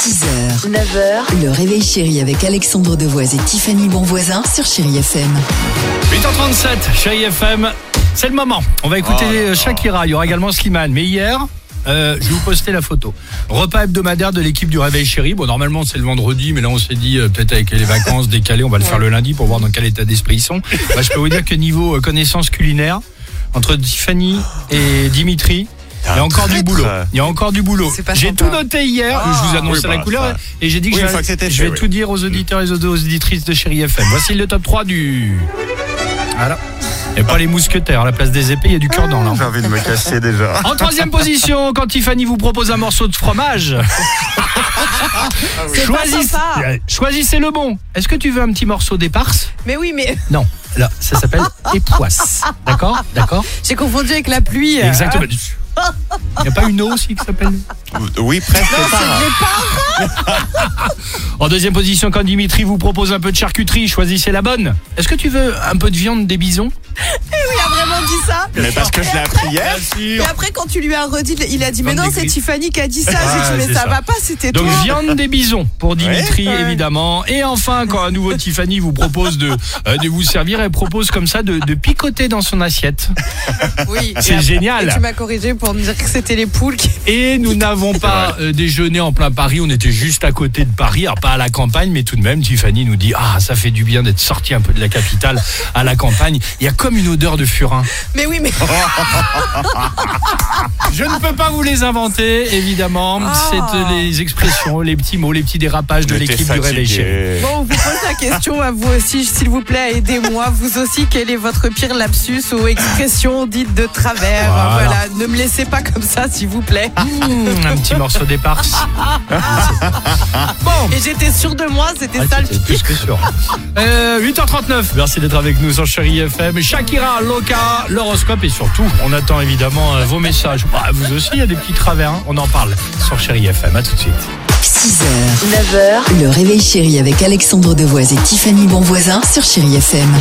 6h, 9h, le réveil chéri avec Alexandre Devoise et Tiffany Bonvoisin sur Chéri FM. 8h37, chérie FM, c'est le moment. On va écouter euh, Oh là là. Shakira, il y aura également Slimane. Mais hier, euh, je vous postais la photo. Repas hebdomadaire de l'équipe du Réveil Chéri. Bon, normalement, c'est le vendredi, mais là, on s'est dit, euh, peut-être avec les vacances décalées, on va le faire le lundi pour voir dans quel état d'esprit ils sont. Bah, je peux vous dire que niveau euh, connaissances culinaires, entre Tiffany et Dimitri, Ah, il y a encore du traître. boulot. Il y a encore du boulot. C'est pas J'ai sympa. tout noté hier. je vous annonçais Oui, bah, la couleur ça. et j'ai dit que Oui, je une fois que vais, c'était je vais fait, oui. tout dire aux auditeurs et aux auditrices de Chéri FM. Voici le top 3 du. Voilà. Et pas les mousquetaires. À la place des épées, il y a du cure-dent là. J'ai envie de me casser déjà. En troisième position, quand Tiffany vous propose un morceau de fromage, Ah choisissez, choisissez le bon. Est-ce que tu veux un petit morceau d'éparse Mais oui, mais Non. Là, ça s'appelle époisse. D'accord D'accord j'ai confondu avec la pluie. Exactement. Il n'y a pas une eau aussi qui s'appelle Oui, presque pas. En deuxième position, quand Dimitri vous propose un peu de charcuterie, choisissez la bonne. Est-ce que tu veux un peu de viande des bisons Il a vraiment dit ça. Mais parce que je l'ai appris hier. Et après, quand tu lui as redit, il a dit Comme Mais non, des c'est griffes. Tiffany qui a dit ça. Ouais, J'ai dit c'est Mais ça, ça. va pas, c'était Donc toi. viande des bisons pour Dimitri Ouais. évidemment. Et enfin quand à nouveau Tiffany vous propose de, euh, de vous servir, elle propose comme ça de, de picoter dans son assiette. Oui. Ah, C'est Et- génial. Ah, Et tu m'as corrigé pour me dire que c'était les poules qui. Et nous n'avons pas euh, déjeuné en plein Paris, on était juste à côté de Paris, alors pas à la campagne, mais tout de même Tiffany nous dit ah ça fait du bien d'être sorti un peu de la capitale à la campagne. Il y a comme une odeur de furin. Mais oui, Oh. mais. Je ne peux pas vous les inventer évidemment. Ah. C'est euh, les expressions, les petits mots, les petits dérapages de J'étais l'équipe du Réveil Chéri. fatigué. Bon, on vous pose la question à vous aussi, s'il vous plaît, aidez-moi. Vous aussi, quel est votre pire lapsus ou expression dite de travers Voilà. voilà. ne me laissez pas comme ça, s'il vous plaît. Mmh, un petit morceau d'éparse. bon. Et j'étais sûre de moi, c'était ça le Ah, pire. plus que sûr. Euh, 8h39, merci d'être avec nous sur Chéri FM. Shakira, Loca, l'horoscope et surtout, on attend évidemment euh, vos messages. Bah, vous aussi, il y a des petits travers, hein. on en parle sur Chéri FM. À tout de suite. 6h, 9h, le réveil chéri avec Alexandre Devoise et Tiffany Bonvoisin sur Chéri FM.